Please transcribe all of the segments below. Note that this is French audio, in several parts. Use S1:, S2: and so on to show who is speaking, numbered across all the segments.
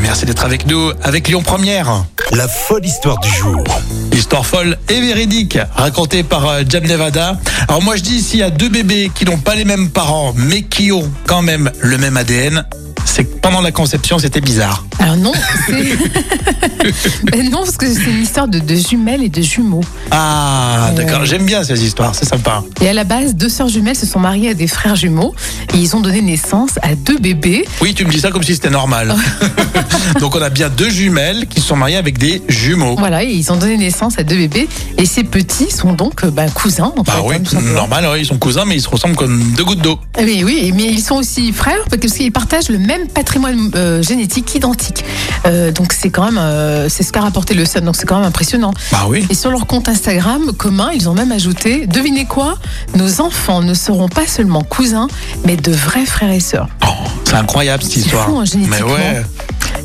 S1: Merci d'être avec nous, avec Lyon Première.
S2: La folle histoire du jour.
S1: Histoire folle et véridique, racontée par euh, Jam Nevada. Alors moi je dis, s'il y a deux bébés qui n'ont pas les mêmes parents, mais qui ont quand même le même ADN, c'est que pendant la conception, c'était bizarre.
S3: Alors non, c'est- Ben non, parce que c'est une histoire de, de jumelles et de jumeaux.
S1: Ah, d'accord, j'aime bien ces histoires, c'est sympa.
S3: Et à la base, deux sœurs jumelles se sont mariées à des frères jumeaux et ils ont donné naissance à deux bébés.
S1: Oui, tu me dis ça comme si c'était normal. Donc on a bien deux jumelles qui se sont mariées avec des jumeaux.
S3: Voilà, et ils ont donné naissance à deux bébés et ces petits sont donc euh, ben, cousins. En fait,
S1: Bah
S3: hein,
S1: oui,
S3: tout simplement. Ah
S1: normal, oui, ils sont cousins, mais ils se ressemblent comme deux gouttes d'eau.
S3: Oui, oui, mais ils sont aussi frères parce qu'ils partagent le même patrimoine euh, génétique identique. Euh, donc c'est quand même, euh, c'est ce qu'a rapporté le Sun. Donc c'est quand même impressionnant.
S1: Bah oui.
S3: Et sur leur compte Instagram commun, ils ont même ajouté Devinez quoi Nos enfants ne seront pas seulement cousins, mais de vrais frères et sœurs.
S1: Oh, c'est incroyable cette
S3: C'est
S1: histoire.
S3: fou, hein,
S1: mais
S3: génétiquement.
S1: ouais.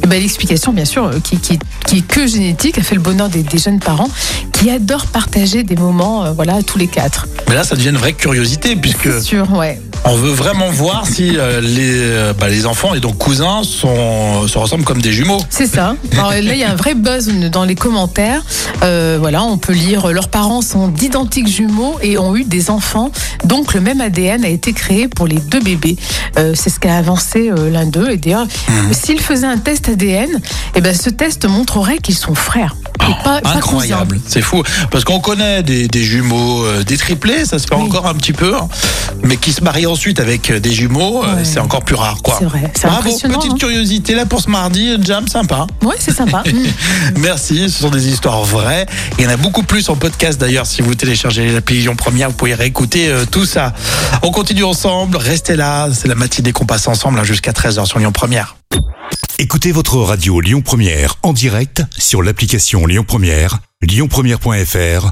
S3: Et ben, L'explication, bien sûr, euh, qui, qui, qui est que génétique, a fait le bonheur des, des jeunes parents qui adorent partager des moments, euh, voilà, tous les quatre.
S1: Mais là, ça devient une vraie curiosité puisque
S3: C'est sûr, ouais.
S1: on veut vraiment voir si euh, les, euh, bah, les enfants et donc cousins sont, se ressemblent comme des jumeaux.
S3: C'est ça. Alors, là, il y a un vrai buzz dans les commentaires. Euh, voilà, on peut lire leurs parents sont d'identiques jumeaux et ont eu des enfants. Donc, le même ADN a été créé pour les deux bébés. Euh, C'est ce qu'a avancé euh, l'un d'eux. Et d'ailleurs,
S1: Mhm.
S3: s'ils faisaient un test ADN, eh ben, ce test montrerait qu'ils sont frères. et pas- pas
S1: Incroyable, c'est fou. Parce qu'on connaît des, des jumeaux, euh, des triplés, ça se fait
S3: Oui.
S1: encore un petit peu, hein. mais qui se marient ensuite avec euh, des jumeaux, euh,
S3: Ouais.
S1: c'est encore plus rare. quoi.
S3: C'est vrai, c'est
S1: Bravo,
S3: impressionnant,
S1: petite
S3: hein.
S1: curiosité là pour ce mardi, Jam, sympa.
S3: cousins. Ouais, c'est sympa. Mm.
S1: Merci, ce sont des histoires vraies. Il y en a beaucoup plus en podcast d'ailleurs. Si vous téléchargez l'appli Lyon Première, vous pouvez réécouter euh, tout ça. On continue ensemble, restez là. C'est la matinée qu'on passe ensemble hein, jusqu'à 13h sur Lyon Première.
S2: Écoutez votre radio Lyon Première en direct sur l'application Lyon Première, lyonpremière.fr